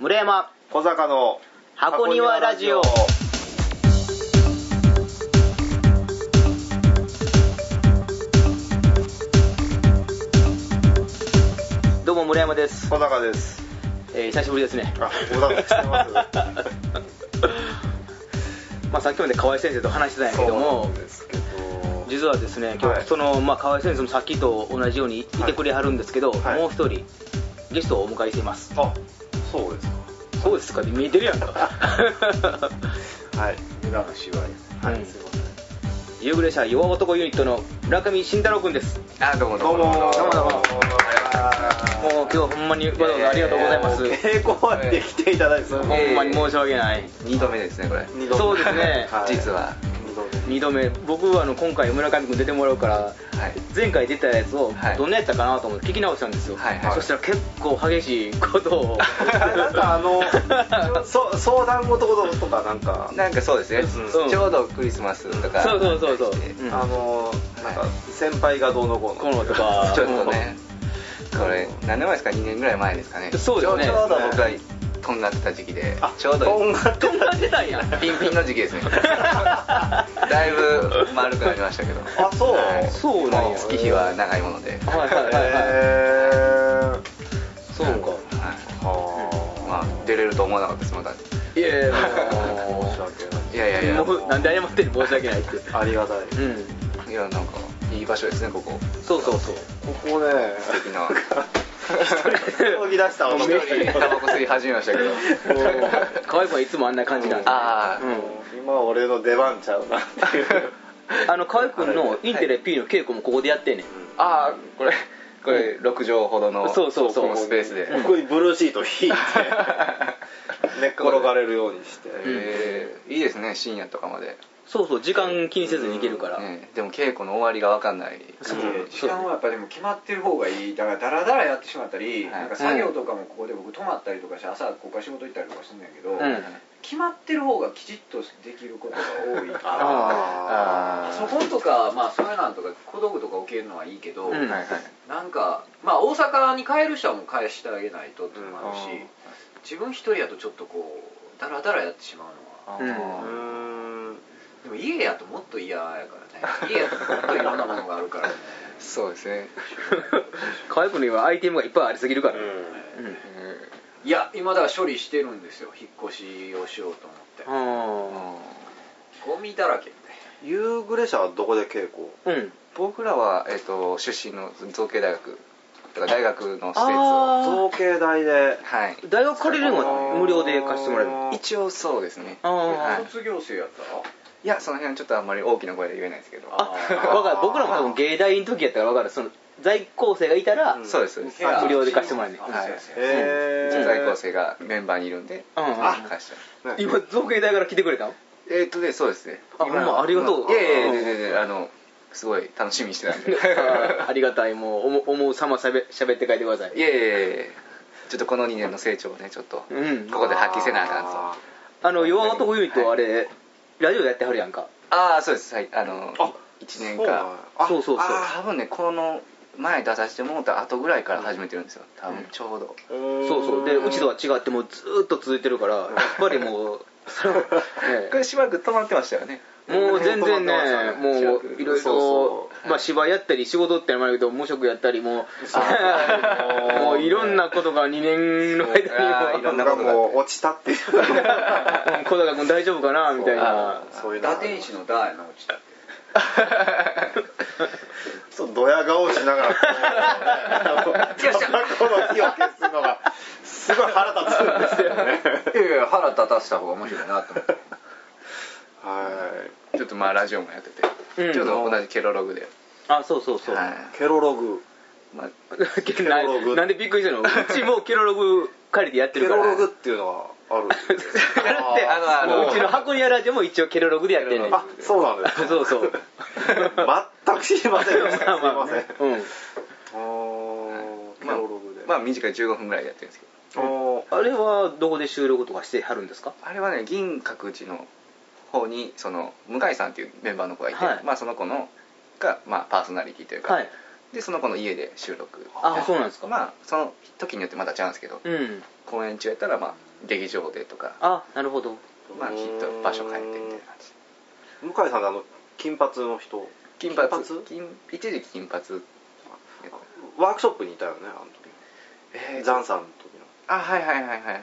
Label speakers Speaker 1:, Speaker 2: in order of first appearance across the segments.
Speaker 1: 村山
Speaker 2: 小坂の
Speaker 1: 箱庭ラジオどうも村山です、
Speaker 2: 小坂です
Speaker 1: えー久しぶりですね
Speaker 2: あご無沙汰してま
Speaker 1: まあさっきまで河合先生と話してたんやけど
Speaker 2: そうな
Speaker 1: も
Speaker 2: んですけど
Speaker 1: 実はですね今
Speaker 2: は
Speaker 1: 日
Speaker 2: い
Speaker 1: その、まあ、河合先生もさっきと同じようにいてくれはるんですけど、
Speaker 2: はい
Speaker 1: もう一人ゲストをお迎えしています
Speaker 2: あそうです
Speaker 1: そうですかって見えてるやんか
Speaker 2: かはい村の芝居は
Speaker 1: うん
Speaker 2: いすいません
Speaker 1: 夕暮れ者弱男ユニットの村上慎太郎君です
Speaker 3: あどうも
Speaker 2: どうも
Speaker 3: どうも
Speaker 1: どうもどうももう
Speaker 2: 日
Speaker 1: 今日ほんまにわざわざありがとうございます、
Speaker 2: 稽古まで来ていただいてすごい
Speaker 3: えー
Speaker 1: ほんまに申し訳ない
Speaker 3: 2度目ですねこれ
Speaker 2: 二
Speaker 1: そうですね
Speaker 2: い
Speaker 3: 実は
Speaker 2: 二度目
Speaker 1: 2度目僕はあの今回村上君出てもらうから
Speaker 3: はい
Speaker 1: 前回出たやつを
Speaker 3: はい
Speaker 1: どんなやったかなと思って聞き直したんですよ、
Speaker 3: はいはい
Speaker 1: そしたら結構激しいこと を
Speaker 2: あれなんか あのそ相談事とかなんか
Speaker 3: なんかそうですね、
Speaker 2: うん
Speaker 3: ちょうどクリスマスとか
Speaker 1: そうそうそうそう
Speaker 3: して
Speaker 1: うん
Speaker 2: あのなんか先輩がどうのこうの
Speaker 1: このとか
Speaker 3: ちょっとねこれ何年前ですか2年ぐらい前ですかね
Speaker 1: そうですね
Speaker 3: ちょうど僕がとんがってた時期で
Speaker 2: あ
Speaker 3: ちょうど
Speaker 2: とんがって
Speaker 1: 飛んだ出たんや
Speaker 3: ピンピンの時期です ねだいぶ丸くなりましたけど
Speaker 2: あそう
Speaker 3: はい
Speaker 1: そうなんや
Speaker 3: も月日は長いもので
Speaker 1: はいはいはいはい
Speaker 2: へー
Speaker 1: そうか
Speaker 3: はいま
Speaker 2: は
Speaker 3: あ出れると思わなかったですまだ
Speaker 1: いやいやい
Speaker 2: あ
Speaker 1: や
Speaker 2: 申し訳ない
Speaker 3: いやいやいや
Speaker 1: もうなんで謝ってる申し訳ないって
Speaker 2: ありがたい
Speaker 1: うん
Speaker 3: いやなんかいい場所ですねここ
Speaker 1: そうそう そう
Speaker 2: ここね
Speaker 3: 素敵な
Speaker 2: 動き出した
Speaker 3: 一人タバコ吸い始めましたけど
Speaker 1: 河合君はいつもあんな感じなんで、
Speaker 3: ああ、
Speaker 2: 今俺の出番ちゃうなっていう
Speaker 1: あの河合君のインテレ P の稽古もここでやってんねん、
Speaker 3: ああこれこれ6畳ほどの
Speaker 1: そうそうそう
Speaker 3: このスペースで、
Speaker 2: ここにブルーシート引いて寝っ転がれるようにして
Speaker 3: えーいいですね深夜とかまで、
Speaker 1: そうそう時間気にせずに行けるから、
Speaker 3: ね、でも稽古の終わりが分かんない
Speaker 1: そう
Speaker 4: うん時間
Speaker 1: そう
Speaker 4: はやっぱでも決まってる方がいいだからダラダラやってしまったり、
Speaker 3: はい
Speaker 4: なんか作業とかもここで僕泊まったりとかして朝ここから仕事行ったりとかするんだけど、
Speaker 1: うん
Speaker 4: 決まってる方がきちっとできることが多いか
Speaker 2: あ
Speaker 4: ら
Speaker 3: あ
Speaker 4: パソコンとかまあそういうのとか小道具とか置けるのはいいけど、
Speaker 1: うん
Speaker 3: はいはい
Speaker 4: なんかまあ大阪に帰る人はもう返してあげないとっていうのもあるし、
Speaker 2: うん
Speaker 4: 自分一人やとちょっとこうダラダラやってしまうのは
Speaker 3: あ
Speaker 2: ーう
Speaker 3: ー
Speaker 2: ーん
Speaker 4: でも家やともっと嫌やからね家やともっといろんなものがあるからね
Speaker 3: そうですね、
Speaker 1: 河合君の今アイテムがいっぱいありすぎるから、うん
Speaker 3: うん
Speaker 4: いや今だから処理してるんですよ引っ越しをしようと思って
Speaker 1: あ
Speaker 4: ゴミだらけ
Speaker 2: 夕暮れ者はどこで稽古
Speaker 1: ーうん
Speaker 3: 僕らは、えっと出身の造形大学とか大学の施設
Speaker 1: あ
Speaker 2: 造
Speaker 3: を
Speaker 2: 形大で
Speaker 3: はい
Speaker 1: 大学借りるのは無料で貸してもらえる
Speaker 2: あ
Speaker 1: の
Speaker 2: ー
Speaker 3: 一応そうですね
Speaker 1: あー
Speaker 3: はい、
Speaker 4: 卒業生やったら
Speaker 3: いやその辺はちょっとあんまり大きな声で言えないですけど
Speaker 1: あわかる僕らも多分芸大の時やったから分かるその在校生がいたら、
Speaker 2: うん
Speaker 3: そうですそうです
Speaker 1: 部屋無料で貸してもらえんねん
Speaker 4: はい
Speaker 2: へー
Speaker 3: 在校生がメンバーにいるんで
Speaker 1: うんうんうん
Speaker 3: 貸した
Speaker 1: 今造形大から来てくれたの
Speaker 3: えーっとねそうですね
Speaker 1: あほんまありがとう
Speaker 3: いやいやいや全然全然あのすごい楽しみにしてたん で
Speaker 1: あーありがたいもう思う思うさましゃべしゃべって帰ってください
Speaker 3: いやいやいやちょっとこの2年の成長をねちょっと
Speaker 1: うん
Speaker 3: ここで発揮せなあかんと
Speaker 2: あ
Speaker 1: あの弱男ユニットあれ、ラジオやってはるやんか
Speaker 3: ああそうですはいあの
Speaker 2: あ
Speaker 3: 1年
Speaker 2: そうなんや
Speaker 3: 間
Speaker 2: あ
Speaker 1: そうそうそう
Speaker 3: 多分ねこの前出させてもらった後ぐらいから始めてるんですよ多
Speaker 1: うん
Speaker 3: 分ちょうど
Speaker 2: そう
Speaker 1: そうそうでうちとは違ってもうずーっと続いてるからやっぱりも うそれはね
Speaker 3: これしばらく止まってましたよ ね
Speaker 1: もう全然ね
Speaker 2: うん、
Speaker 1: もういろい
Speaker 2: そう
Speaker 1: ろ
Speaker 2: そ、
Speaker 1: まあ芝居やったり仕事ってのもあるけど、無職やったりもう、 もういろんなことが2年の間
Speaker 3: あ
Speaker 1: にも
Speaker 3: ーいろ
Speaker 1: うん
Speaker 2: な
Speaker 3: なん
Speaker 2: か
Speaker 3: ことが
Speaker 2: もう落ちたっていう
Speaker 1: 小高君大丈夫かなみたいな。
Speaker 2: そういうの
Speaker 4: 打天使のダーやな落ちた
Speaker 2: ちょっとドヤ顔しながらこう
Speaker 4: 違う違う
Speaker 2: タバコの火を消すのがすごい腹立つんですよね
Speaker 4: いやいや腹立たせた方が面白いなと 思って
Speaker 2: は
Speaker 3: ちょっとまあラジオもやって
Speaker 1: うん
Speaker 3: てちょっと同じケロログで
Speaker 1: あ、そうそうそう。
Speaker 3: はい
Speaker 2: いケロログ
Speaker 3: まあ
Speaker 1: け
Speaker 2: ロロ
Speaker 1: な
Speaker 2: グ
Speaker 1: なんでびっくりしたのうちもケロログ借りてやって
Speaker 2: ケ
Speaker 1: るから。
Speaker 2: ロログ っていうのはあるんですね
Speaker 1: って
Speaker 3: あのあの
Speaker 1: もううちの箱庭ラジオも一応ケロログでやってんねん
Speaker 2: あそうなんです
Speaker 1: そう そう。
Speaker 2: 全く知りませんでしたす い
Speaker 1: まあま
Speaker 2: ま
Speaker 1: あ
Speaker 2: せんあ
Speaker 1: うん。
Speaker 2: ーケ
Speaker 3: まあ
Speaker 2: ロログで
Speaker 3: まあ短い15分ぐらいでやってるんですけど
Speaker 2: あー
Speaker 1: あれはどこで収録とかしてはるんですか
Speaker 3: あれはね銀閣寺の方にその向井さんっていうメンバーの子がいて、
Speaker 1: はい
Speaker 3: まあ、その子のが、まあ、パーソナリティというか、
Speaker 1: はい。
Speaker 3: でその子の家で収録
Speaker 1: あそうなんですか
Speaker 3: まあその時によってまた違うんですけど、
Speaker 1: うん。
Speaker 3: 公演中やったらまあ劇場でとか
Speaker 1: あなるほど
Speaker 3: まあきっと場所変えてみたいな感じ
Speaker 2: 向井さんのあの金髪の人
Speaker 3: 金髪
Speaker 2: 金
Speaker 3: 金一時期金髪
Speaker 2: ワークショップにいたよねあの時ザンさんの時の
Speaker 3: あはいはいはいはいは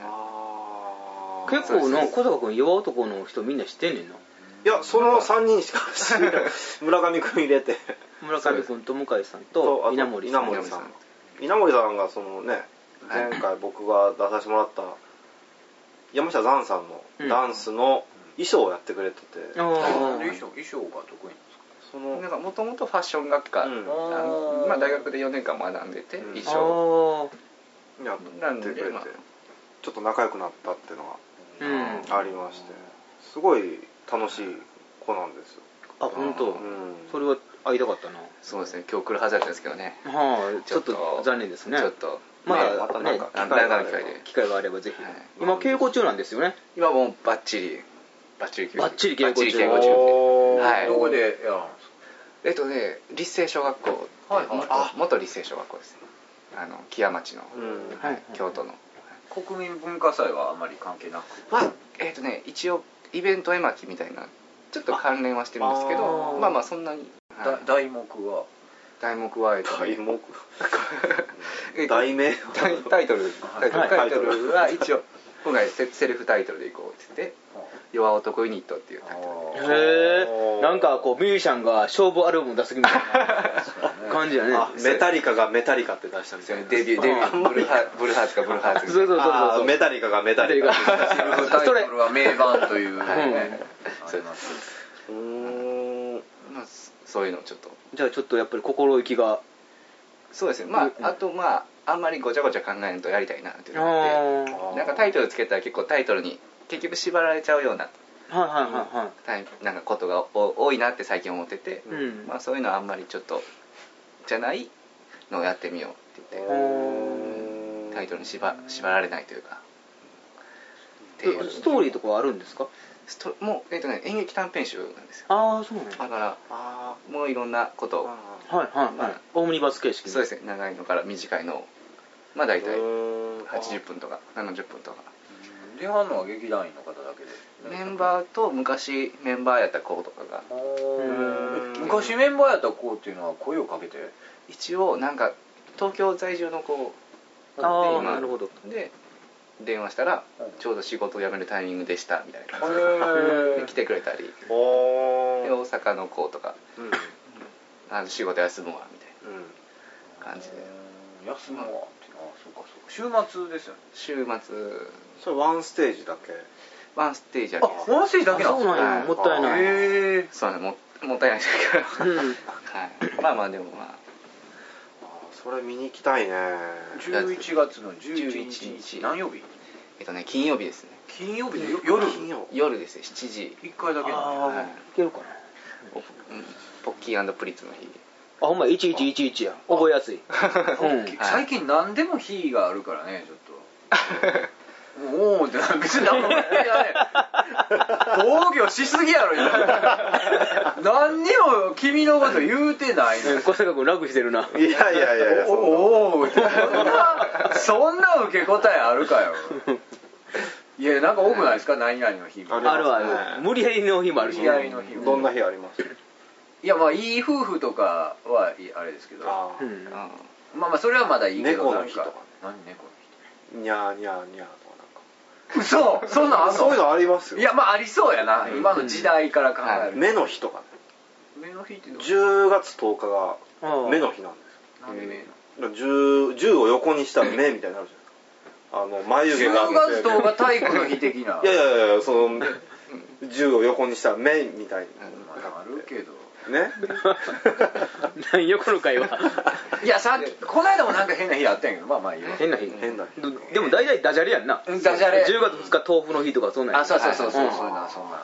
Speaker 2: あー
Speaker 1: 結構な小坂君弱男の人みんな知ってんねんない
Speaker 2: やその3人しか 知らない村上君入れて
Speaker 1: 村上君と向井さん
Speaker 2: そう
Speaker 1: と
Speaker 2: あと
Speaker 1: 稲森さん
Speaker 2: 稲森
Speaker 3: さん
Speaker 2: 稲森さんがそのね
Speaker 3: はい
Speaker 2: 前回僕が出させてもらった山下ザンさん
Speaker 1: うん
Speaker 2: のダンスの衣装をやってくれてて、
Speaker 1: あ
Speaker 4: なんで
Speaker 1: ー
Speaker 4: 衣装衣装が得意なんですか
Speaker 2: そ
Speaker 3: い
Speaker 2: の
Speaker 3: なんかもともとファッション学科、
Speaker 2: うん
Speaker 3: あのまあ、大学で4年間学んでて
Speaker 2: うん
Speaker 3: 衣
Speaker 1: あ
Speaker 3: 装
Speaker 1: ー
Speaker 2: やってくれて、
Speaker 3: なんで
Speaker 2: ちょっと仲良くなったっていうの
Speaker 1: うん
Speaker 2: がありましてすごい楽しい子なんですよ、
Speaker 1: あ本当
Speaker 2: うん
Speaker 1: それは会いたかったな
Speaker 3: そうですね今日来るはずだったんですけどね
Speaker 1: はいちょっと残念ですね
Speaker 3: ちょっと
Speaker 1: まだ
Speaker 2: またなんか
Speaker 3: 何回かの機会で
Speaker 1: 機会があればぜひ
Speaker 3: はい
Speaker 1: 今稽古中なんですよね
Speaker 3: 今もうバッチリバッチリ
Speaker 1: バッチリ稽古中
Speaker 3: バッチリ稽古中
Speaker 2: おー
Speaker 3: はい
Speaker 4: どこでやるんですか
Speaker 3: えっとね立成小学校
Speaker 4: はいはい
Speaker 3: あ元立成小学校ですねあの木屋町の、
Speaker 2: うん
Speaker 1: はいはい
Speaker 3: 京都の
Speaker 4: 国民文化祭はあまり関係なく
Speaker 2: まあ
Speaker 3: えっとね一応イベント絵巻みたいなちょっと関連はしてるんですけ
Speaker 2: あ
Speaker 3: ど
Speaker 2: ー
Speaker 3: まあまあそんなに、はい
Speaker 4: だ題目は
Speaker 3: 題目はえっとね
Speaker 2: 題 目題
Speaker 3: え
Speaker 2: 名
Speaker 3: タイタイトルタイトル
Speaker 1: はい
Speaker 3: タイトルは一応今回セセルフタイトルでいこうって言って「弱男ユニット」っていうタイト
Speaker 1: へ
Speaker 4: あ
Speaker 1: えなんかこうミュージシャンが勝負アルバム出すみたいな感じだね
Speaker 2: あメタリカがメタリカって出したみたい
Speaker 3: ル
Speaker 2: な
Speaker 3: デビューデビューブルーハブルーハーツかブルーハーツみた
Speaker 1: そ
Speaker 3: いうな
Speaker 1: そうそう
Speaker 2: あ
Speaker 1: そ
Speaker 2: ー
Speaker 1: う
Speaker 2: メタリカがメタリカ
Speaker 1: メタリカ
Speaker 4: ータイトルは名盤というね
Speaker 1: はい
Speaker 4: あります
Speaker 2: うーん
Speaker 3: まあ、そそういうのをちょっと
Speaker 1: じゃあちょっとやっぱり心意気が
Speaker 3: そうですねま
Speaker 1: うん
Speaker 3: ああとまああんまりごちゃごちゃ考えんとやりたいなっていうのがあっ
Speaker 1: あ
Speaker 2: ー
Speaker 3: てなんかタイトルつけたら結構タイトルに結局縛られちゃうような
Speaker 1: あはいはいはいは
Speaker 3: タイなんかことがお多いなって最近思ってて、
Speaker 1: いうん
Speaker 3: まあ、そういうのはあんまりちょっとじゃないのをやってみようって言ってタイトルに縛縛られないというかっていう
Speaker 1: ストーリーとかはあるんですか
Speaker 3: ストもう、えっとね、演劇短編集なんですよ
Speaker 1: ああそうなん
Speaker 3: だ
Speaker 1: や
Speaker 3: から
Speaker 2: あ
Speaker 3: もういろんなことを
Speaker 2: ー
Speaker 1: はいはい
Speaker 3: ま
Speaker 1: はい
Speaker 3: あ
Speaker 1: オムニバス形式
Speaker 3: そうですすね長いのから短いのをまあ大体
Speaker 2: うーん
Speaker 3: 80分とか70分とか
Speaker 4: 出はんのは劇団員の方だけで
Speaker 3: メンバーと昔メンバーやった子とかが
Speaker 4: ー昔メンバーやった子っていうのは声をかけて
Speaker 3: 一応なんか東京在住の子
Speaker 1: ああ
Speaker 3: で今
Speaker 1: なるほど
Speaker 3: で電話したら
Speaker 4: うん
Speaker 3: ちょうど仕事を辞めるタイミングでしたみたいな
Speaker 4: へ
Speaker 3: で来てくれたり
Speaker 2: お
Speaker 3: で
Speaker 2: ー
Speaker 3: 大阪の子とか
Speaker 2: うんうん
Speaker 3: あの仕事休むわみたいな感じで
Speaker 4: 休むわっていうのはそうかそうか週末ですよね
Speaker 3: 週末
Speaker 2: それワンステージだけ
Speaker 3: ワンステージだけです
Speaker 4: ワンステージだけ
Speaker 1: あ
Speaker 4: なん
Speaker 1: そう
Speaker 4: ですか
Speaker 1: なんやもったいない
Speaker 4: へえ
Speaker 3: そうなのももったいないですけど、
Speaker 1: うん
Speaker 3: はい、まあまあでもまあ
Speaker 2: あーそれ見に行きたいね
Speaker 4: 11月の11
Speaker 3: 11
Speaker 4: 日
Speaker 3: 日
Speaker 4: 何曜日
Speaker 3: えっとね金曜日ですね
Speaker 4: 金曜日の夜夜
Speaker 2: 金曜
Speaker 3: 夜ですね7時
Speaker 4: 一回だけなん
Speaker 1: ああ
Speaker 3: はい
Speaker 1: いけるかな
Speaker 3: おうんポッキープリッツの日
Speaker 1: あほんまや1111や覚えやすい
Speaker 4: だ
Speaker 1: う
Speaker 4: 最近何でも日があるからねちょっとおおってなんか別に何も言ってない防御しすぎやろ今何にも君のこと言うてないの
Speaker 1: ん小坂君楽してるない
Speaker 2: やいやいやいやそんな
Speaker 4: おおーってそんなそんな受け答えあるかよいやなんか多くないですか何々の日みたいな
Speaker 1: あるある無理やりの日もあるし
Speaker 4: 無理やりの日
Speaker 2: どんな日あります
Speaker 4: いやまあいい夫婦とかはいあれですけど
Speaker 2: あ
Speaker 1: う
Speaker 2: ー
Speaker 1: ん
Speaker 3: あ
Speaker 4: まあまあそれはまだいいけど
Speaker 2: 猫の日とか
Speaker 4: なん何猫の
Speaker 2: にゃーにゃーにゃーとかなんか
Speaker 4: 日嘘そんなんあんの
Speaker 2: そういうのありますよ
Speaker 4: いやまあありそうやな今の時代から考える
Speaker 2: 目の日とかね
Speaker 4: 目の日ってどう
Speaker 2: 10月10日が
Speaker 1: ああ
Speaker 2: 目の日なんです
Speaker 4: なんで目の
Speaker 2: よ 10, 10を横にしたら目みたいになるじゃないですかあの眉毛が
Speaker 4: 10月10日体育の日的ない
Speaker 2: やいやいやいやその10を横にしたら目みたいに
Speaker 4: まああるけど
Speaker 2: ね
Speaker 1: 何よこの会話
Speaker 4: いやさっきこの間もなんか変な日あったんやけどまあまあいいわ
Speaker 1: 変な日
Speaker 2: 変な日
Speaker 1: どでも大体ダジャレやんな
Speaker 4: うんダジャレ
Speaker 1: 10月2日豆腐の日とかそうなんや
Speaker 4: あそうそうそうそう
Speaker 1: はい
Speaker 4: そうなそんな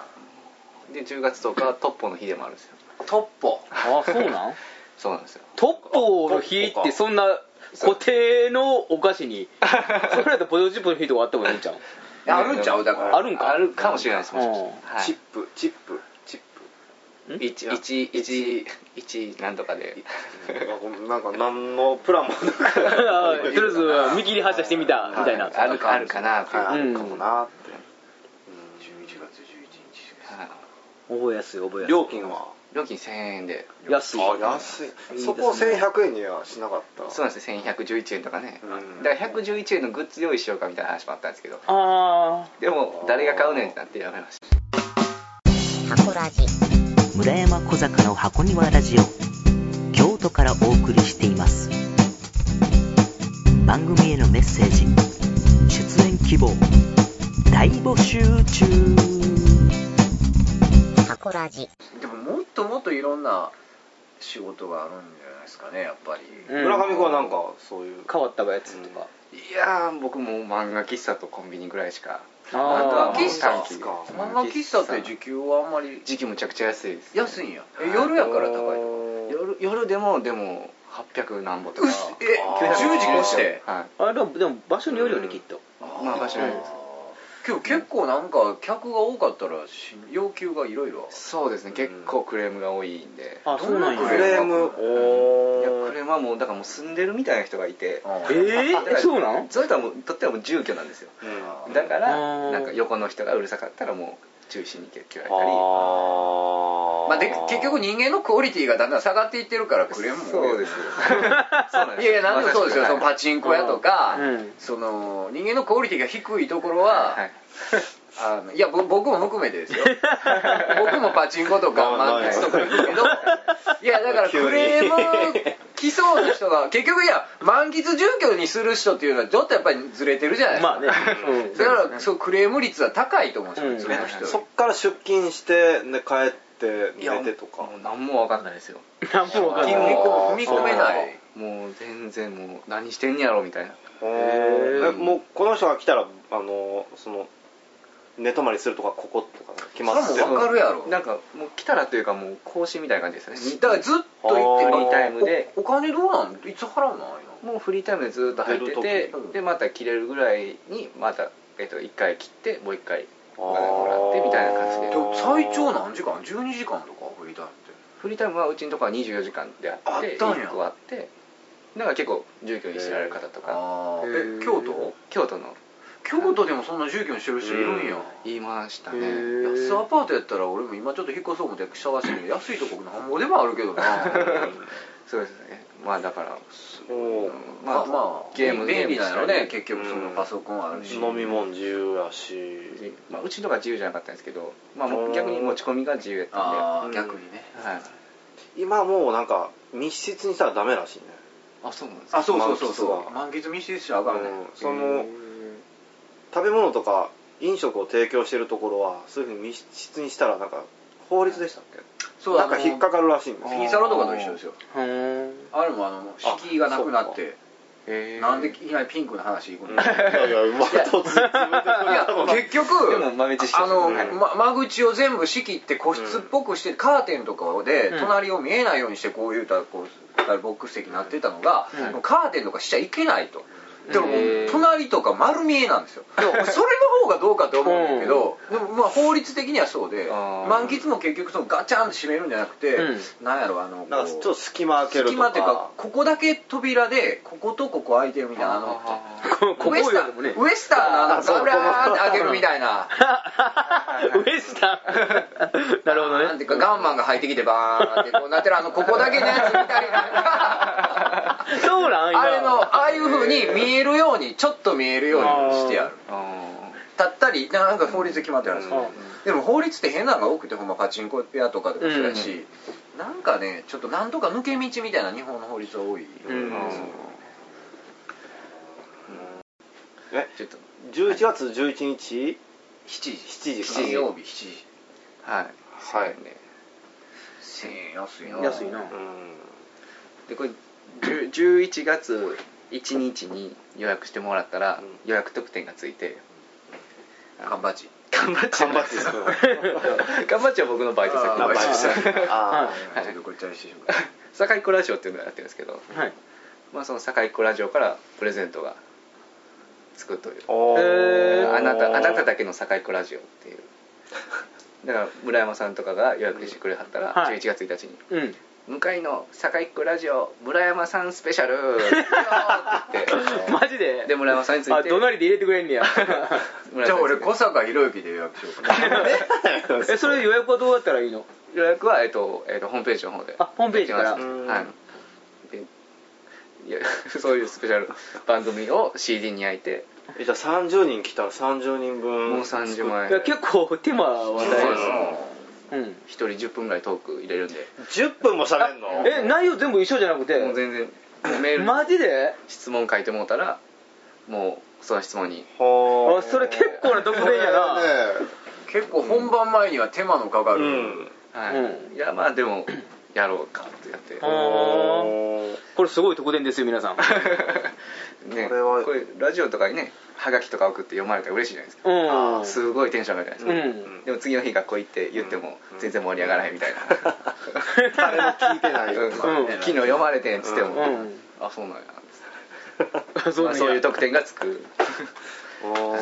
Speaker 3: ーで10月10日はトッポの日でもあるんですよ
Speaker 4: トッポ
Speaker 1: あそうなん
Speaker 3: そうなんですよ
Speaker 1: トッポーの日ってそんな固定のお菓子にそれやったらポテトチップの日とかあってもいいんちゃう
Speaker 4: あるんちゃうだから
Speaker 1: あるんか
Speaker 3: あるかもしれないですもしかし
Speaker 1: うん
Speaker 3: たらは
Speaker 2: チッ
Speaker 3: い
Speaker 2: プチップチッ
Speaker 1: ん
Speaker 3: 一一一一なんとかで
Speaker 2: なんか何のプランもなく
Speaker 1: あーとりあえず見切り発車してみたみたいな、
Speaker 2: はい
Speaker 3: あるかあるかなっていう
Speaker 2: あ
Speaker 1: うん
Speaker 2: るかもなって、
Speaker 4: 11月11日です
Speaker 3: はい
Speaker 1: 覚えやすい覚えやすい
Speaker 2: うん料金は
Speaker 3: 料金1000円で
Speaker 1: 安い
Speaker 2: あ安いそこを
Speaker 1: ですね
Speaker 2: 1100円にはしなかった
Speaker 3: そうなんですよ1111円とかね、
Speaker 2: うん
Speaker 3: だから111円のグッズ用意しようかみたいな話もあったんですけど
Speaker 1: あ
Speaker 3: でも誰が買うねんってなってやめました
Speaker 5: 村山小坂の箱庭ラジオ京都からお送りしています番組へのメッセージ出演希望大募集中
Speaker 4: でももっともっといろんな仕事があるんじゃないですかねやっぱり、
Speaker 1: うん
Speaker 2: 村上君はなんかそういう
Speaker 1: 変わったやつとか、
Speaker 3: いやー僕もう漫画喫茶とコンビニぐらいしか
Speaker 1: あ
Speaker 4: ー
Speaker 3: あとはもう短期
Speaker 2: 漫画喫
Speaker 4: 漫画喫茶って時給はあんまり
Speaker 3: 時期むちゃくちゃ安いです、
Speaker 4: 安いんやえ夜やから高いとか
Speaker 3: 夜夜でもでも800何歩と
Speaker 4: う
Speaker 3: か
Speaker 4: っすえ10時越して
Speaker 3: はい
Speaker 1: あれでもでも場所によるよねきっと
Speaker 3: まあ場所によりです
Speaker 4: 今日結構なんか客が多かったらし要求がいろいろ
Speaker 3: そうですね結構クレームが多いんで、
Speaker 1: あそうなんや
Speaker 4: どんな
Speaker 2: クレーム
Speaker 3: いや
Speaker 2: お
Speaker 3: クレームはもうだからもう住んでるみたいな人がいて
Speaker 1: えー、そうなん
Speaker 3: その人はもうとってはもう住居なんですよ
Speaker 2: ー
Speaker 3: だか
Speaker 1: あ
Speaker 3: ら
Speaker 1: ー
Speaker 3: なんか横の人がうるさかったらもう注意しに行けって言われたり
Speaker 2: あ
Speaker 4: まあ、で結局人間のクオリティがだんだん下がっていってるからクレームも
Speaker 3: そう ですそうなん
Speaker 4: いやいやなんでもそうですよ
Speaker 3: ま
Speaker 4: そ
Speaker 3: さ
Speaker 4: の
Speaker 3: しく
Speaker 4: パチンコ屋とか、
Speaker 1: うん
Speaker 4: その人間のクオリティが低いところ
Speaker 3: は
Speaker 4: は、
Speaker 3: いはい
Speaker 4: あのいやぼ僕も含めてですよ僕もパチンコとか
Speaker 2: まあまあ
Speaker 4: 満喫とか行くけどいやだからクレーム来そうな人が結局いや満喫住居にする人っていうのはちょっとやっぱりずれてるじゃないですか、
Speaker 1: まあね、うん
Speaker 4: だからそうクレーム率は高いと思うんですよ、
Speaker 1: うん
Speaker 4: その人より
Speaker 2: そっから出勤して、ね、帰って
Speaker 3: いや
Speaker 2: 寝てとか
Speaker 3: もう何も分かんないですよ
Speaker 1: 何もわかん
Speaker 4: 踏
Speaker 1: な
Speaker 4: み
Speaker 1: い
Speaker 4: 込む踏み込めない
Speaker 3: もう全然もう何してんやろみたいな
Speaker 2: へーえもうこの人が来たらあのその寝泊まりするとかこことか決まって
Speaker 4: それはもう
Speaker 2: る
Speaker 4: 分かるやろ
Speaker 3: なんかもう来たらというかもう更新みたいな感じですよね
Speaker 4: だからずっと言って
Speaker 2: あ
Speaker 4: る
Speaker 2: ー
Speaker 3: フリータイムで
Speaker 4: おお金どうなんいつ払うのああいうの
Speaker 3: もうフリータイムでずっと入って
Speaker 2: 出
Speaker 3: て
Speaker 2: る時
Speaker 3: でまた切れるぐらいにまた、えっと、1回切ってもう1回お金
Speaker 2: あー
Speaker 3: もらってみたいな感じ
Speaker 4: で
Speaker 3: で
Speaker 4: も最長何時間 ?12 時間とかフリータイムって
Speaker 3: フリータイムはうちのとこは24時間であ
Speaker 4: あっ
Speaker 3: って
Speaker 4: たんや
Speaker 3: 1個あってだから結構住居にしてられる方とか
Speaker 4: ああ
Speaker 1: へ
Speaker 4: え
Speaker 1: ー
Speaker 4: 京都
Speaker 3: 京都の
Speaker 4: 京都でもそんな住居にしてる人いるんや
Speaker 3: 言いました
Speaker 1: へ
Speaker 3: ね
Speaker 1: ー
Speaker 4: 安アパートやったら俺も今ちょっと引っ越そう思って探してるけど安いとこなんぼでもあるけどな
Speaker 3: そうですねまあだから
Speaker 2: そう
Speaker 4: ま
Speaker 3: まあ
Speaker 4: あまあ
Speaker 3: ゲーム
Speaker 4: 便利なの
Speaker 3: ゲー
Speaker 4: ね
Speaker 3: ムした
Speaker 4: 結局そのパソコンあるし
Speaker 2: 飲み物自由やし
Speaker 3: まあ、うちのが自由じゃなかったんですけど、まあ、もう逆に持ち込みが自由やったんで、は
Speaker 4: ああ逆にね
Speaker 3: い、
Speaker 2: 今もうなんか密室にしたらダメらしいね
Speaker 3: あそうなんですか
Speaker 4: あそうそうそうそ
Speaker 2: 満喫
Speaker 4: う
Speaker 2: が
Speaker 4: 満喫見せしちゃあかんね
Speaker 2: うんその食べ物とか飲食を提供してるところはそういうふうに密室にしたらなんか法律でしたっけ
Speaker 4: そう
Speaker 2: なんか引っかかるらしいんです
Speaker 4: ピンサロとかと一緒ですよ
Speaker 1: うん
Speaker 4: あれもあの敷居がなくなって
Speaker 3: へー
Speaker 4: なんでいきなりピンクの話いくの
Speaker 2: いやいやうまい突然自分でこん
Speaker 4: い
Speaker 2: な
Speaker 4: や
Speaker 2: とこ
Speaker 4: 結局
Speaker 3: でも豆知識
Speaker 4: あの、
Speaker 2: うん
Speaker 4: ま間口を全部仕切って個室っぽくして、カーテンとかで
Speaker 1: うん
Speaker 4: 隣を見えないようにしてこういうたらこうボックス席になってたのが、
Speaker 1: うん
Speaker 4: もうカーテンとかしちゃいけないと。でももう
Speaker 3: へー
Speaker 4: 隣とか丸見えなんですよでもそれの方がどうかと思うんだけど、でもまあ法律的にはそうで
Speaker 3: あー
Speaker 4: 満喫も結局そのガチャンって閉めるんじゃなくて、
Speaker 1: う
Speaker 4: なんやろあのこう
Speaker 2: なんかちょっと隙間開けるとか
Speaker 4: 隙間っていうかここだけ扉でこことここ開いてるみたいなあの
Speaker 1: ここ
Speaker 4: ウエ
Speaker 1: よ
Speaker 4: ス
Speaker 1: り
Speaker 4: タン
Speaker 1: もね
Speaker 4: ウエスターのあの
Speaker 2: あそう
Speaker 4: ブラーンって開けるみたいな
Speaker 1: ウエスタンなるほど
Speaker 4: なんて
Speaker 1: ね
Speaker 4: いうかガンマンが入ってきてバーンってこうなってるあのここだけのやつみたいな
Speaker 1: そうなん今
Speaker 4: あれのああいう風に見えるようにちょっと見えるようにしてやる
Speaker 3: あ
Speaker 4: たったりなんか法律で決まってあるんですよ、
Speaker 1: うん
Speaker 4: でも法律って変なのが多くてほんまパチンコ屋とかでもそうやし、なんかねちょっとなんとか抜け道みたいな日本の法律は多い、
Speaker 1: うん
Speaker 3: ーあ
Speaker 2: え
Speaker 3: ーちょっと
Speaker 2: 11月11日
Speaker 4: 7時
Speaker 2: 7時か
Speaker 4: 金曜日7時
Speaker 3: は
Speaker 2: は
Speaker 3: い
Speaker 2: い
Speaker 3: そうね
Speaker 4: 1000円安いな
Speaker 1: 安いな
Speaker 2: うん
Speaker 3: でこれ10 11月1日に予約してもらったら、
Speaker 2: うん
Speaker 3: 予約特典がついて
Speaker 4: 缶バッジ
Speaker 3: 頑張っちゃ
Speaker 2: 頑
Speaker 3: う
Speaker 2: 張ってです
Speaker 3: 頑張っちゃう僕のバイト先
Speaker 4: あーバイト
Speaker 2: 先あ
Speaker 4: ちょっとこれチャレンジしてみようか
Speaker 3: 堺っ子ラジオっていうのをやってるんですけど、
Speaker 1: はい
Speaker 3: まあ、その堺っ子ラジオからプレゼントがつくという
Speaker 2: おー
Speaker 1: へー
Speaker 3: あなたあなただけの堺っ子ラジオっていうだから村山さんとかが予約してくれはったら、
Speaker 1: はい
Speaker 3: 11月1日に
Speaker 1: うん
Speaker 3: 「向かいの坂井区ラジオ村山さんスペシャル」って言って
Speaker 1: マジ で
Speaker 3: で村山さんについ
Speaker 1: あ
Speaker 3: て
Speaker 1: 怒鳴りで入れてくれんねや
Speaker 3: 村
Speaker 4: じ
Speaker 3: 山さんについ
Speaker 4: ゃあ
Speaker 3: て
Speaker 4: 俺小坂博之で予約しようかな
Speaker 1: えそれ予約はどうやったらいいの
Speaker 3: 予約は、えっとえっとホームページの方で
Speaker 1: あホームページから
Speaker 3: できますはいでいや そういうスペシャル番組を CD に焼いて
Speaker 2: えじゃあ30人来たら30人分
Speaker 3: もう30万
Speaker 1: いや
Speaker 3: 円
Speaker 1: 結構手間は
Speaker 3: そう
Speaker 1: 大
Speaker 3: です
Speaker 1: 変うん
Speaker 3: 一人10分ぐらいトーク入れるんで
Speaker 2: 10分も喋んの
Speaker 1: え内容全部一緒じゃなくて
Speaker 3: もう全然メール
Speaker 1: マジで
Speaker 3: 質問書いてもうたらもうその質問に
Speaker 2: は
Speaker 1: あそれ結構な特典やな、
Speaker 2: ね
Speaker 4: 結構本番前には手間のかか
Speaker 2: う
Speaker 4: る、
Speaker 2: ん
Speaker 3: はい、
Speaker 1: うん
Speaker 3: いやまあでもやろうかってやって
Speaker 1: あーこれすごい特典ですよ皆さん
Speaker 3: ね
Speaker 2: これは
Speaker 3: これラジオとかにねはがきとか送って読まれたら嬉しいじゃないですか
Speaker 1: うん
Speaker 3: すごいテンション上がるじゃないです
Speaker 1: う
Speaker 3: か、
Speaker 1: ん
Speaker 3: でも次の日学校行って言っても全然盛り上がらへんみたいな、
Speaker 2: 誰も聞いてない
Speaker 3: うん
Speaker 1: うん
Speaker 3: 昨日読まれてんっつっても、
Speaker 1: うん
Speaker 3: あそうなんや
Speaker 1: そう
Speaker 3: ま
Speaker 1: なん
Speaker 3: あ
Speaker 1: や
Speaker 3: そういう特典がつく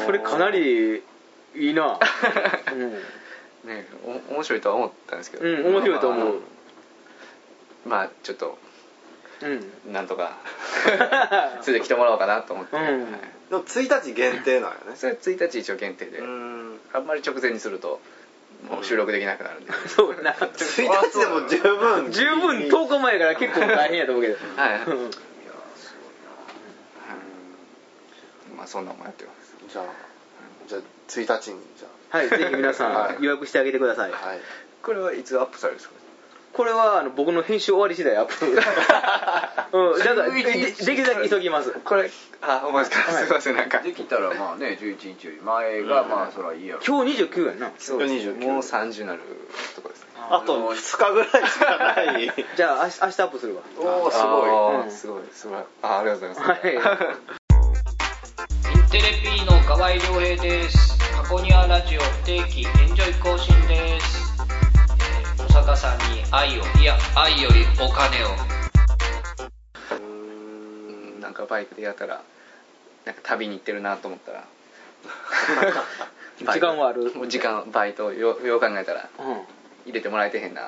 Speaker 1: それかなりいい な
Speaker 3: ねお面白いとは思ったんですけど
Speaker 1: うん、うん、面白いと思う
Speaker 3: まあ、まあちょっと
Speaker 1: うん
Speaker 3: なんとか ついてきてもらおうかなと思って、
Speaker 1: うん
Speaker 3: はい
Speaker 2: でも1日限定なんやね
Speaker 3: それ1日一応限定で、
Speaker 2: うん
Speaker 3: あんまり直前にするともう収録できなくなるんで、
Speaker 1: そうやな
Speaker 2: 1日でも十分
Speaker 1: 十分10日前から結構大変やと思うけど
Speaker 3: はい、
Speaker 1: うん
Speaker 3: まあそんなんもやってます
Speaker 2: じゃあじゃあ1日にじゃ
Speaker 1: はいぜひ皆さん予約してあげてください
Speaker 2: あはい
Speaker 3: これはいつアップされるんですか
Speaker 1: これはあの僕の編集終わり次第アップ うんだからでできるだけ急ぎます
Speaker 3: これあお前ですか、
Speaker 1: はい
Speaker 3: すいませんなんか
Speaker 4: できたらまあね11日より前がまあそらいいやろ
Speaker 1: 今日29やんな
Speaker 3: そうです
Speaker 2: 29
Speaker 3: もう30なるとこですね
Speaker 2: あと2日ぐらいしかない
Speaker 1: じゃあ明日明日アップするわ
Speaker 4: おおすごい
Speaker 3: あー
Speaker 1: うん
Speaker 3: すごいすごいあありがとうございます、
Speaker 1: はい
Speaker 6: インテレピーの河合良平です。過去にはラジオ不定期エンジョイ更新です。えー小坂さんに愛を、いや、愛よりお金を。
Speaker 3: うんなんかバイクでやったらなんか旅に行ってるなと思ったら
Speaker 1: 時間はある
Speaker 3: もう時間バイトをよよう考えたら
Speaker 1: うん
Speaker 3: 入れてもらえてへんなと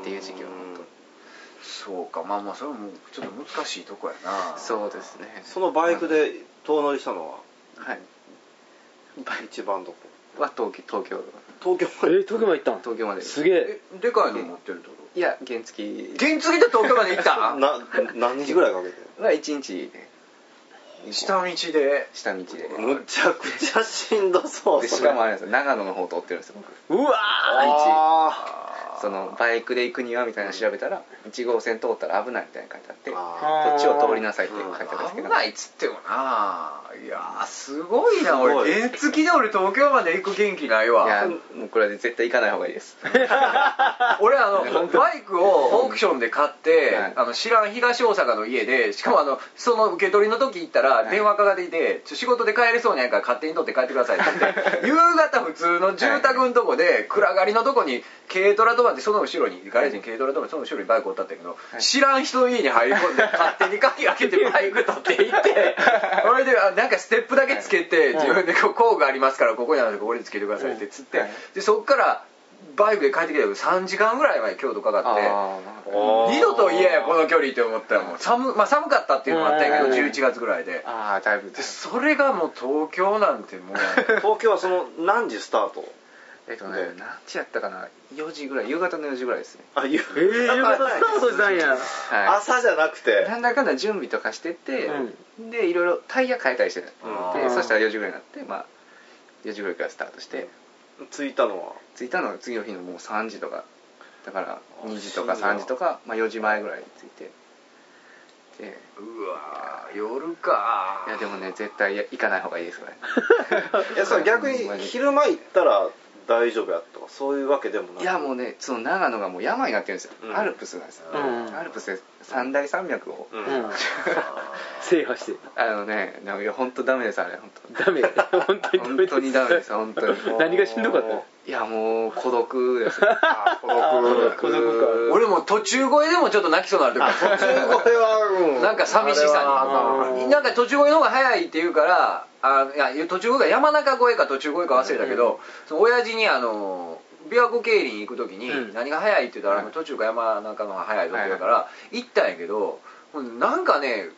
Speaker 3: っていう時期は
Speaker 2: うん
Speaker 3: 本
Speaker 4: そうかまあまあそれもちょっと難しいとこやな
Speaker 3: 当そうですね
Speaker 2: そのバイクで遠乗りしたのは
Speaker 3: はい
Speaker 2: 一番どこ
Speaker 3: は東京東京
Speaker 2: 東京
Speaker 1: え
Speaker 2: ま
Speaker 1: ー、
Speaker 2: で
Speaker 1: 東京まで行ったん
Speaker 3: 東京まです
Speaker 1: げえ
Speaker 4: えでかいの持ってるってこ
Speaker 3: いや原付
Speaker 4: と原付で東京まで行った
Speaker 2: な何日ぐらいかけて
Speaker 3: は1日で
Speaker 4: 下道で
Speaker 3: 下道で
Speaker 2: むちゃくちゃしんどそう
Speaker 3: で
Speaker 2: それ
Speaker 3: しかもあれなんですよ長野の方通ってるんですよ僕
Speaker 1: うわ
Speaker 2: あ
Speaker 3: そのバイクで行くにはみたいなの調べたら1号線通ったら危ないみたいなの書いてあって
Speaker 2: ー
Speaker 3: こ
Speaker 2: あ
Speaker 1: ー
Speaker 3: っちを通りなさいって書いてあったんですけ
Speaker 4: 危
Speaker 3: ど
Speaker 4: ないっつってもないやーすごいな
Speaker 2: すごい
Speaker 4: 俺原付で俺東京まで行く元気ない
Speaker 3: いや
Speaker 4: わ
Speaker 3: もうこれで絶対行かない方がいいです
Speaker 4: 俺あ のバイクをオークションで買って
Speaker 3: はい
Speaker 4: あの知らん東大阪の家でしかもあのその受け取りの時行ったら
Speaker 3: い
Speaker 4: 電話かかってきて「ちょ仕事で帰れそうにないから勝手に取って帰ってください」って言っ て夕方普通の住宅のとこで暗がりのとこに軽トラ止まってその後ろにガレージに軽トラ止まってその後ろにバイクおったんだけど知らん人の家に入り込んで勝手に鍵開 けてバイク取って行ってそれであなんかステップだけつけて自分でこう工具ありますからここにあるんでここにつけてくださいってつって
Speaker 3: はい
Speaker 4: でそっからバイクで帰ってきたけど3時間ぐらい前京都かかって二度と嫌やこの距離って思ったらもう寒,、まあ、寒かったっていうのもあったんや
Speaker 1: う
Speaker 4: けど
Speaker 1: ん
Speaker 4: 11月ぐらいで
Speaker 3: ああだいぶ
Speaker 4: でそれがもう東京なんてもう
Speaker 2: 東京はその何時スタート
Speaker 3: えっとね何時やったかな4時ぐらい夕方の4時ぐらいですね
Speaker 2: あ
Speaker 1: え
Speaker 2: 夕
Speaker 1: ー、夕方スタートしたんや
Speaker 3: は
Speaker 2: 朝じゃなく
Speaker 3: い
Speaker 2: て
Speaker 3: なんだかんだ準備とかしてて、でいろいろタイヤ変えたりしてたで
Speaker 2: うん
Speaker 1: うん
Speaker 3: そしたら4時ぐらいになってまあ4時ぐらいからスタートして
Speaker 2: 着いたのは
Speaker 3: 着いたのは次の日のもう3時とかだから2時とか3時とか、まあ、4時前ぐらいに着いてで
Speaker 4: うわー夜か
Speaker 3: いやでもね絶対行かない方がいいですこれ
Speaker 2: いやそれ逆に昼間行ったら大丈夫やとかそういうわけでもない
Speaker 3: いやもうねその長野がもう山になってるんですよ、
Speaker 2: うん
Speaker 3: アルプスなんですよ、
Speaker 1: うん
Speaker 3: アルプスで三大山脈を、
Speaker 2: うん、
Speaker 1: うん、うん、制覇して
Speaker 3: あのねでもいや本当ダメですあれ本当
Speaker 1: ダメ本当にダメ
Speaker 3: 本当にダメです本当に
Speaker 1: 何がしんどかった
Speaker 3: いやもう孤独です
Speaker 2: あ孤独
Speaker 1: 孤独か
Speaker 4: 俺もう途中越えでもちょっと泣きそうになると
Speaker 2: 途中
Speaker 4: か
Speaker 2: 越えは、うん、
Speaker 4: なんか寂しさに
Speaker 2: あ
Speaker 1: う
Speaker 4: あ
Speaker 1: ん
Speaker 4: なんか途中越えの方が早いって言うからあいや途中越えか山中越えか途中越えか忘れたけど、その親父にあの琵琶湖競輪行く時に
Speaker 1: うん
Speaker 4: 何が早いって言ったら、
Speaker 3: うん
Speaker 4: 途中から山中の方が早いとこだから、行ったんやけどもうなんかね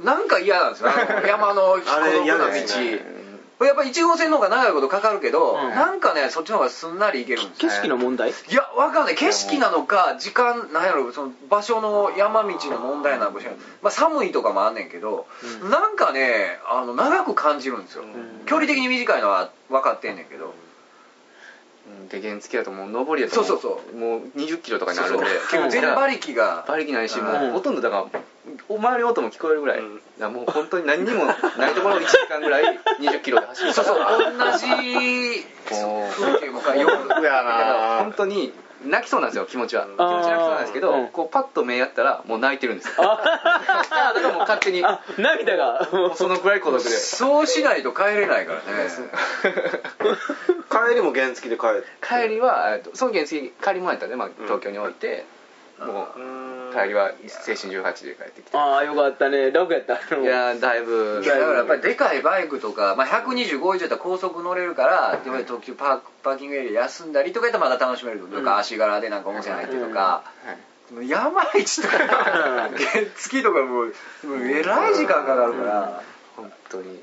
Speaker 4: なんか嫌なんですよあの山の孤独
Speaker 2: あれ嫌
Speaker 4: な道、
Speaker 2: ですね
Speaker 4: これやっぱ1号線の方が長いことかかるけど、
Speaker 1: うん
Speaker 4: なんかねそっちの方がすんなり行けるんです
Speaker 1: 景
Speaker 4: ね
Speaker 1: 色の問題
Speaker 4: いやわかんない景色なのか時間なんやろその場所の山道の問題なのかもしれない、まあ、寒いとかもあんねんけど、
Speaker 1: うん
Speaker 4: なんかねあの長く感じるんですよ、
Speaker 1: ん
Speaker 4: 距離的に短いのは分かってんねんけど、
Speaker 3: うんで原付だともう上りだとも
Speaker 4: そうそうそ
Speaker 3: もう20キロとかにな
Speaker 4: そう
Speaker 3: るん
Speaker 4: そう
Speaker 3: で
Speaker 4: 結構
Speaker 3: 結
Speaker 4: 全
Speaker 3: 構
Speaker 4: 馬力が
Speaker 3: 馬力ないしも
Speaker 1: うん
Speaker 3: うほとんどだからお周りの音も聞こえるぐらい、
Speaker 2: うん
Speaker 3: だからもう本当に何にもないところを1時間ぐらい20キロで走るか
Speaker 4: そう
Speaker 3: ら
Speaker 4: そう同じ
Speaker 3: もう
Speaker 4: 風景もかよ
Speaker 2: うや
Speaker 3: だから
Speaker 2: な
Speaker 3: 本当に泣きそうなんですよ気持ちは気持ち
Speaker 1: あー
Speaker 3: 泣きそうなんですけど、
Speaker 1: うん
Speaker 3: こうパッと目やったらもう泣いてるんですよだ
Speaker 1: あ
Speaker 3: からもう勝手に
Speaker 1: あ涙が
Speaker 3: もうそのくらい孤 独で
Speaker 4: そうしないと帰れないからね
Speaker 2: 帰りも原付で帰る
Speaker 3: 帰りはえっとその原付帰りもやったんで、まあ、東京に置いて、もう帰りは青春18で帰ってきて
Speaker 1: ああよかったね楽やった
Speaker 3: いやーだいぶ
Speaker 4: いやだからやっぱりでかいバイクとか、まあ、125以上やったら高速乗れるからで特急パークパーキングエリア休んだりとかやったらまだ楽しめるけどとか、足柄でなんか温泉入ってとか、もう山道とか原付とかもうもうえらい時間かかるから、
Speaker 3: 本当に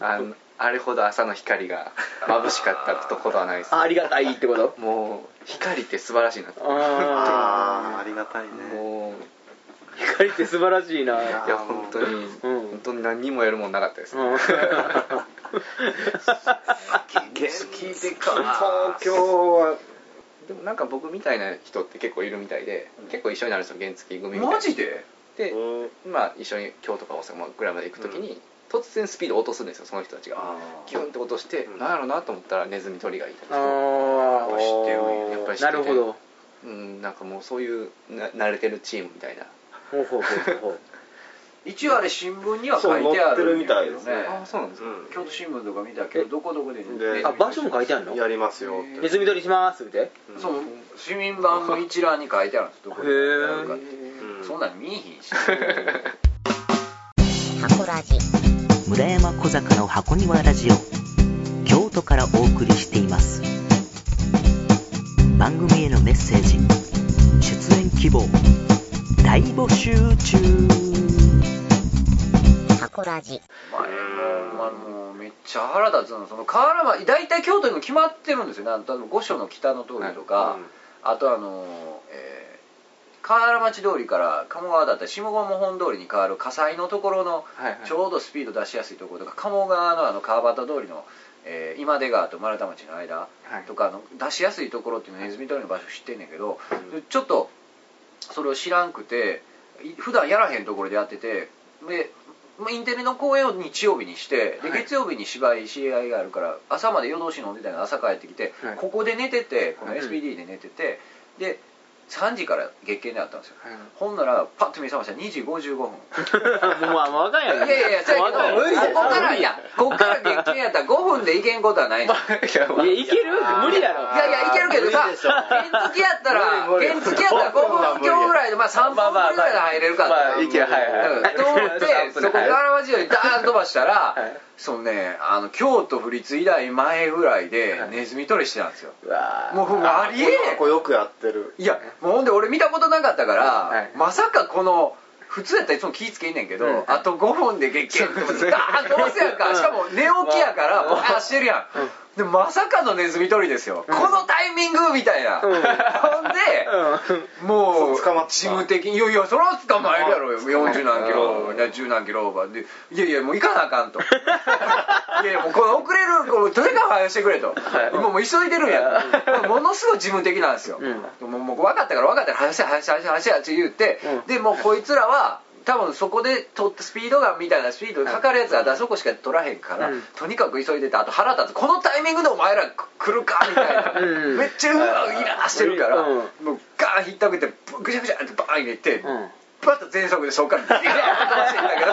Speaker 3: あのあれほど朝の光が眩しかったとことはないです
Speaker 1: あありがたいってこと
Speaker 3: もう光って素晴らしいなと
Speaker 1: あ
Speaker 2: あーありがたいね
Speaker 3: もう
Speaker 1: あ光って素晴らしいない
Speaker 3: や本当に、
Speaker 1: うん
Speaker 3: 本当に何にもやるもんなかったです、
Speaker 1: うん
Speaker 2: 原
Speaker 4: 聞い
Speaker 2: 付
Speaker 4: て
Speaker 2: 東
Speaker 4: か
Speaker 2: 京は
Speaker 3: でもなんか僕みたいな人って結構いるみたいで、結構一緒になるんですよ原付組みたいな
Speaker 4: マジで
Speaker 3: で、まあ、一緒に京都か大阪ぐらいまで行く時に、突然スピード落とすんですよその人たちがギュンって落として、
Speaker 2: うん
Speaker 3: なんやろなと思ったらネズミ捕りがいいと
Speaker 1: あ
Speaker 3: か
Speaker 1: あ
Speaker 3: 知ってるよやっぱり知ってて
Speaker 1: なるほど
Speaker 3: うんなんかもうそういうな慣れてるチームみたいな
Speaker 1: ほうほうほうほ う
Speaker 4: 一応あれ新聞には書いてあるんやけど
Speaker 2: そう載ってるみたいですね
Speaker 3: ああそうなんですか、
Speaker 2: う
Speaker 4: 京都新聞とか見たけどどこどこで
Speaker 2: で
Speaker 1: あ場所も書いてあるの
Speaker 2: んやりますよっ
Speaker 1: ネ
Speaker 2: て
Speaker 1: ズミ取りしますって へ
Speaker 4: そう市民版の一覧に書いてあるんですどこでやるかって
Speaker 2: うん
Speaker 4: そんなん見えひんし
Speaker 5: 箱ラジ村山小坂の箱庭ラジオ京都からお送りしています番組へのメッセージ出演希望大募集中箱ラジ
Speaker 4: 前も、まあ、もうめっちゃ腹立つのその河原町大体京都にも決まってるんですよなんと御所の北の通りとか、あとあのーえー河原町通りから鴨川だったり下鴨本通りに変わる火災のところの
Speaker 3: はいはい
Speaker 4: ちょうどスピード出しやすいところとか鴨川のあの川端通りの、えー今出川と丸太町の間
Speaker 3: はい
Speaker 4: とかの出しやすいところっていうのはネズミ通りの場所知ってんねんけど、ちょっとそれを知らんくてい普段やらへんところでやっててでまあインテリの公演を日曜日にしてで月曜日に芝居知り合いがあるから朝まで夜通し飲んでたのに朝帰ってきて、
Speaker 3: はい
Speaker 4: ここで寝ててこの
Speaker 3: はい
Speaker 4: SPD で寝てて、で3時から月経であったんですよ、
Speaker 3: はい
Speaker 4: ほんならパッと目覚ましたら2時55分
Speaker 1: もうまあもう若いやん
Speaker 4: いやいやいや、そうやけど、
Speaker 1: 若い
Speaker 4: こ
Speaker 1: 無理だよ
Speaker 4: こからや、ここから月経やったら5分でいけんことはないんですよ
Speaker 1: いやいける無理だろ
Speaker 4: いやいや、いけるけどさ
Speaker 2: 無理でし、ょ
Speaker 4: 原付やったら、
Speaker 2: 無理無理
Speaker 4: 原付やったら5分強ぐらいで、まあ3本分ぐらいで入れる
Speaker 3: ま
Speaker 4: から
Speaker 3: あ、いけるはいはい、
Speaker 4: うんと思って、そこから町にダーン飛ばしたら
Speaker 3: はい、
Speaker 4: そのね、あの、京都府立以来前ぐらいで、ネズミ捕りしてたんですよ。
Speaker 1: うわー
Speaker 4: もう、ありえ
Speaker 2: ここよくやってる
Speaker 4: いや、もうほんで俺見たことなかったから、
Speaker 3: はい
Speaker 4: まさかこの、普通やったらいつも気ぃつけんねんけど、あと5分で月経って思って、ダーン飛ばすやんか。しかも寝起きやから、バーしてるやん。で、まさかのネズミ捕りですよ。このタイミングみたいな。ほんで、もう、
Speaker 2: そう捕まった
Speaker 4: 事務的に、いやいや、そら捕まえるやろよ、40何キロ、いや10何キロオーバーで、いやいや、もう行かなあ かんと。いやいや、もうこの遅れる、このとにかく早くしてくれと。今もう急いでるんや。ものすごい事務的なんですよ。もうもう分かったから分かったから、早し早し早し早しって言って、で、もうこいつらは、多分そこで取ったスピードガンみたいなスピードでかかるやつはあそこしか取らへんから、とにかく急いでてあと腹立つこのタイミングでお前ら来るかみたいな、
Speaker 1: うん
Speaker 4: めっちゃうわイラーしてるから、
Speaker 1: うん
Speaker 4: もうガーンひったくってぶぐちゃぐちゃってバーン入れて、
Speaker 1: うん
Speaker 4: バッと全速でそっからビャーン飛ばしてんだけど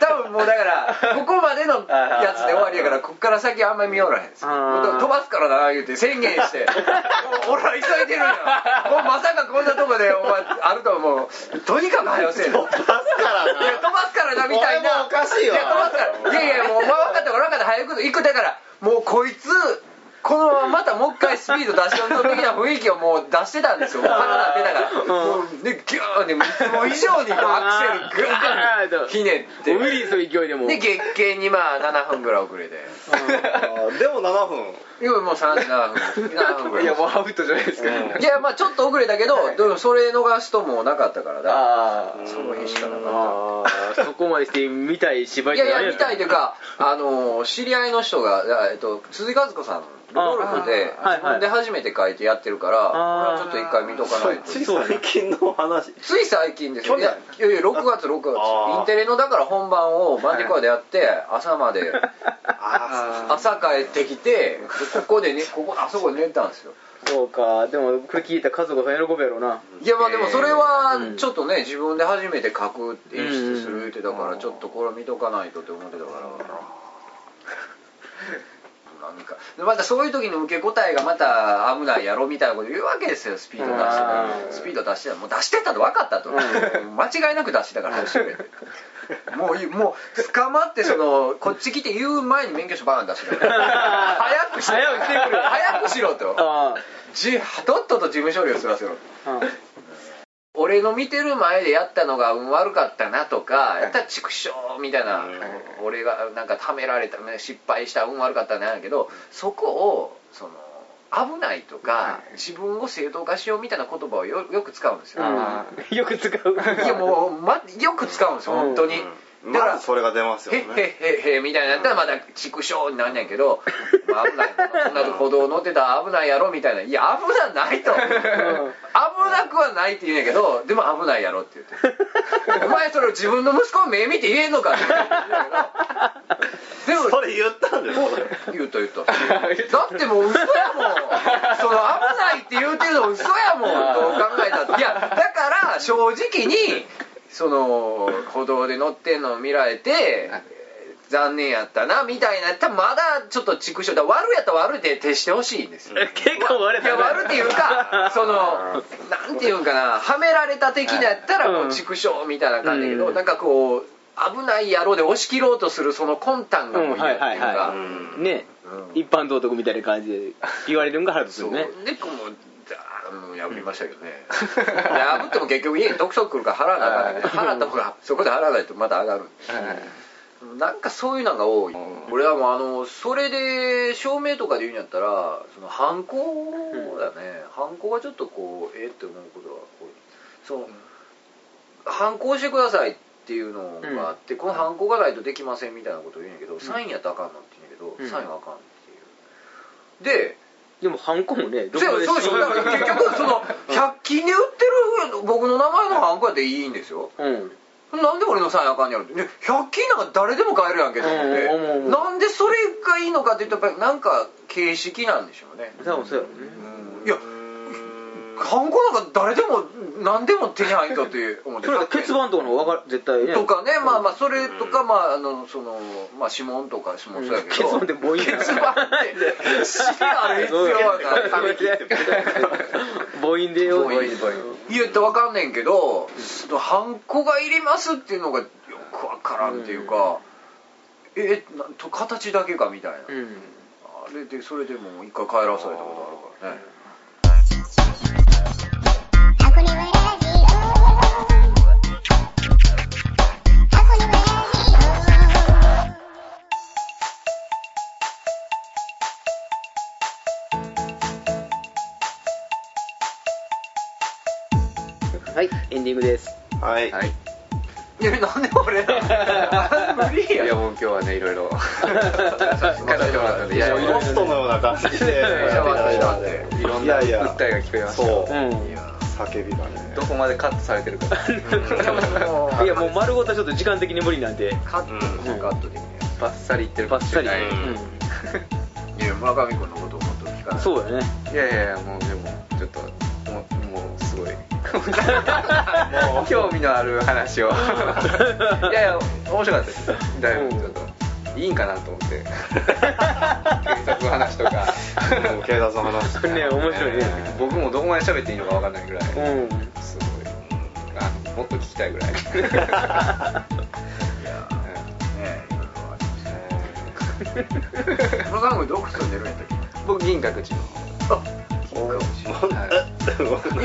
Speaker 4: 多分もうだからここまでのやつで終わりやからこっから先あんまり見おらへんですよ
Speaker 1: あー
Speaker 4: もう飛ばすからな言うて宣言 してもう俺ら急いでるんやもうまさかこんなとこでお前あると思うとにかく早せえ飛ばすからないや飛ばすからなみたいな
Speaker 2: お前もおかしいわ
Speaker 4: や飛ばすからいやいやもうお前分かった俺分かった早く行くだからもうこいつこのまままたもう一回スピード出しようと的な雰囲気をもう出してたんですよ腹立ってたから、もうねギューンでいつも以上 にもうアクセルグーンひねって
Speaker 1: 無理する勢いでもう
Speaker 4: で月経にまあ7分ぐらい遅れて
Speaker 2: あーでも7分
Speaker 4: 今もう37分7分ぐら い
Speaker 3: いやもうアウトじゃないですか、
Speaker 4: いやまあちょっと遅れたけど、でもそれ逃すともうなかったからだ
Speaker 3: あ
Speaker 4: その日しかなかっ
Speaker 1: ああそこまでして見たい芝
Speaker 4: た
Speaker 1: 居
Speaker 4: い
Speaker 1: じゃな
Speaker 4: やいや見たいというかあの知り合いの人が、えっと、鈴井和子さんロドルフで
Speaker 1: あはいはい
Speaker 4: 自分で初めて書いてやってるからこ
Speaker 1: あ
Speaker 4: れ
Speaker 1: ー
Speaker 4: はちょっと一回見とかないと
Speaker 2: つい最近の話
Speaker 4: つい最近ですよい
Speaker 2: 去
Speaker 4: やいやいや6月6
Speaker 2: あ
Speaker 4: 月
Speaker 2: ー
Speaker 4: インテレのだから本番をマジックアでやって朝まで
Speaker 2: あ
Speaker 4: 朝帰ってきてここでねここあそこで寝たんですよ
Speaker 1: そうかでもこれ聞いた家族が喜ぶやろうない
Speaker 4: やまあでもそれ
Speaker 1: う
Speaker 4: は
Speaker 1: ん
Speaker 4: ちょっとね自分で初めて書く演出するってだからちょっとこれ見とかないとって思ってたから何かでまたそういう時の受け答えがまた危ないやろみたいなこと言うわけですよスピード出してたら
Speaker 1: うん
Speaker 4: スピード出してたらもう出してたと分かったと間違いなく出してたから初めてもういもう捕まってそのこっち来て言う前に免許証バーン出してた 早くしろ
Speaker 1: 早く来てくれ
Speaker 4: 早くしろと
Speaker 1: あ
Speaker 4: じとっとと事務処理を済ませろ
Speaker 1: あうん
Speaker 4: 俺の見てる前でやったのが運悪かったなとかやったら畜生みたいな俺がなんかためられた失敗した運悪かったなやけどそこをその危ないとか自分を正当化しようみたいな言葉をよよく使うんですよ
Speaker 1: うんよく使う
Speaker 4: いやもう、ま、よく使うんですよ本当に
Speaker 2: ー
Speaker 4: だか
Speaker 2: ま
Speaker 4: ら
Speaker 2: ずそれが出ます
Speaker 4: 「
Speaker 2: よ
Speaker 4: へ
Speaker 2: ね
Speaker 4: っへっへっへ」みたいなやったらまだ畜生になんねん けど「まあ、危ないこんなとこ歩道乗ってたら危ないやろ」みたいな「いや危なないと」危なくはないって言うんやけどでも危ないやろって言 ってお前それを自分の息子を目見て言えんのか って言うんやけどで
Speaker 2: そ
Speaker 4: も
Speaker 2: れ言ったんですよそれ
Speaker 4: 言うと言うと だってもう嘘やもんその危ないって言うてるの嘘やもんどう考えたっていやだから正直にその歩道で乗ってんのを見られて残念やったなみたいなやったらまだちょっと畜生だから悪やったら悪で徹してほしいんですよ
Speaker 1: 結構割れ
Speaker 4: い
Speaker 1: た
Speaker 4: や悪っていうかそのなんていうんかなはめられた的なやったらこ
Speaker 1: うん
Speaker 4: う畜生みたいな感じだけど、
Speaker 1: うん
Speaker 4: なんかこう危ない野郎で押し切ろうとするその魂胆がもう嫌
Speaker 1: う
Speaker 4: っていう
Speaker 1: んはいは
Speaker 4: か
Speaker 1: いはいう
Speaker 4: うん
Speaker 2: ん
Speaker 1: ね一般道徳みたいな感じで言われるんが腹立つ
Speaker 4: そ
Speaker 1: よ
Speaker 4: う
Speaker 1: ね
Speaker 4: 猫もダーン破りましたけどね、破っても結局家に読書来るから払わなあかんね払った方がそこで払わないとまだ上がる、なんかそういうのが多い、俺はもうあのそれで証明とかで言うんやったらその犯行だね、犯行はちょっとこうえーって思うことが多いその、反抗してくださいっていうのがあって、この反抗がないとできませんみたいなことを言うんやけど、サインやったらあかんのって言うんやけど、
Speaker 1: うん
Speaker 4: サインはあかんっていうで
Speaker 1: でもハンコもねど
Speaker 4: そう
Speaker 1: で
Speaker 4: そうでしょだから結局その100均で売ってる僕の名前のハンコやっていいんですよ
Speaker 1: うん
Speaker 4: なんで俺のサインあかんやろってね100均なんか誰でも買えるやんけと思って、
Speaker 1: うんうんうんうん
Speaker 4: なんでそれがいいのかって言ったらやっぱりなんか形式なんでしょうね、
Speaker 1: 多分そうやろうね
Speaker 4: いやハンコなんか誰でも何でも手に入ったって思って
Speaker 1: それは欠番とかの方がわかる絶対ね
Speaker 4: とかね、まあまあそれとか、まああのそのまあ指紋とか指紋そうやけど、
Speaker 1: 欠番って母音や
Speaker 4: 結番って死ある必要はない
Speaker 2: 髪切って
Speaker 1: 母音でよ
Speaker 4: 母音母言ってわかんねんけど、そのハンコがいりますっていうのがよくわからんっていうか、えなと形だけかみたいな、
Speaker 1: うん
Speaker 4: あれでそれでもう一回帰らされたことあるからね
Speaker 7: 箱庭ラジオ箱庭ラジオ
Speaker 1: はいエンディングです
Speaker 2: はい
Speaker 3: はい
Speaker 4: いやなんで俺なの無理や
Speaker 3: いやもう今日はねいろいろ聞かせてもらったんでいやいろ
Speaker 2: ホ
Speaker 3: い
Speaker 2: ストのような感じでやっていただいたんで
Speaker 3: ろいろん
Speaker 2: い
Speaker 3: な
Speaker 2: や
Speaker 3: 訴
Speaker 2: い
Speaker 3: え
Speaker 2: や
Speaker 3: が聞こえました
Speaker 2: そ
Speaker 1: う
Speaker 2: う
Speaker 1: ん
Speaker 2: 叫びがね
Speaker 3: どこまでカットされてるか
Speaker 1: いやもう丸ごとちょっと時間的に無理なんで
Speaker 4: カット、
Speaker 2: う
Speaker 4: カットできない
Speaker 3: バッサリいってる
Speaker 1: バッサリ、
Speaker 3: はい
Speaker 2: うん
Speaker 4: いや村上君のことをもっと聞
Speaker 1: う、
Speaker 4: かなんい
Speaker 1: そうだね
Speaker 3: いやいやいやもうでもちょっともうもう すごいもう興味のある話をいやいや面白かったですだいぶちょっといいんかなと思って検索の話とか
Speaker 2: もう警察の話
Speaker 1: これね面白いね
Speaker 3: 僕もどこまで喋っていいのか分かんないぐらい、
Speaker 1: うん
Speaker 3: すごいあもっと聞きたいぐ らい
Speaker 4: いやねいろいろありましたね村上君どこ住んでるんやったっけ
Speaker 1: 僕
Speaker 3: 銀閣寺の
Speaker 4: い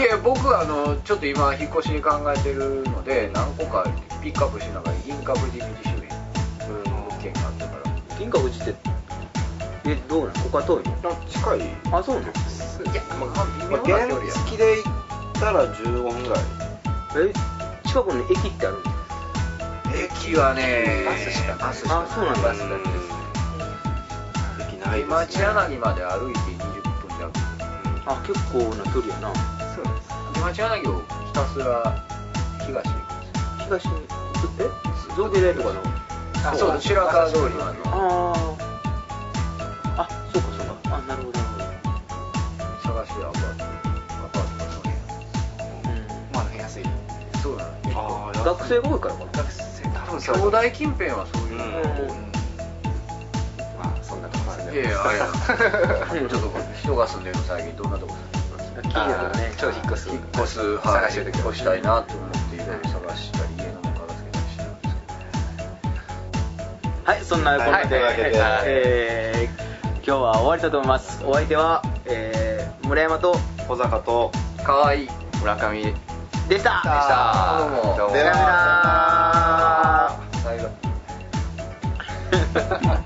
Speaker 4: や僕あのちょっと今引っ越しに考えてるので何個かピックアップしながら銀閣寺ビジ周辺の物件があったから
Speaker 1: 銀閣寺ってえどうなのここは遠い
Speaker 2: 近い、
Speaker 1: のあそうなの
Speaker 4: いやまあ
Speaker 2: まあ、原付で行ったら15分ぐらい
Speaker 1: え近くの駅ってあるんです
Speaker 4: 駅はね
Speaker 3: バスしかない
Speaker 4: バスしか
Speaker 1: あそうなんだ
Speaker 4: バスだけです
Speaker 2: できないで
Speaker 4: 町
Speaker 2: すね
Speaker 4: 柳まで歩いて20分弱
Speaker 1: あ結構な距離やな
Speaker 4: 町柳をひたすら東に行くんですよ
Speaker 1: 東にえ造形大とかの
Speaker 4: あそう白川通りのあの
Speaker 1: あああそうかそうかあなるほどなる
Speaker 4: 探しアパートアパートの
Speaker 1: ほ
Speaker 3: まあ安い
Speaker 4: そうなの
Speaker 2: うんあ
Speaker 1: ど、
Speaker 2: ー
Speaker 1: 学生が多いからかな
Speaker 3: 学生多分そう
Speaker 4: 兄弟近辺はそう
Speaker 2: う
Speaker 4: いう
Speaker 2: ん
Speaker 3: まあそんなとこです
Speaker 4: いやいやあ れや
Speaker 1: うん
Speaker 4: ちょっとこう人が住んでるの最近どんなとこ住んでる
Speaker 1: 気になるね
Speaker 3: ちょっと引っ越す
Speaker 4: 引っ越す、はい、
Speaker 3: 探してる
Speaker 4: 引
Speaker 3: 時
Speaker 4: っ越したいなと思っていろいろ探したり家の中片付けたりしてるんです
Speaker 1: はいそんなこんなで、
Speaker 2: はいというわけで
Speaker 1: えー今日は終わりだと思いますお相手は、えー村山と
Speaker 2: 小坂と
Speaker 4: けどかわいいでし
Speaker 3: 村上でした
Speaker 1: でした
Speaker 4: たどうも
Speaker 3: どうも
Speaker 1: さよなら
Speaker 4: 最後
Speaker 1: ハハハ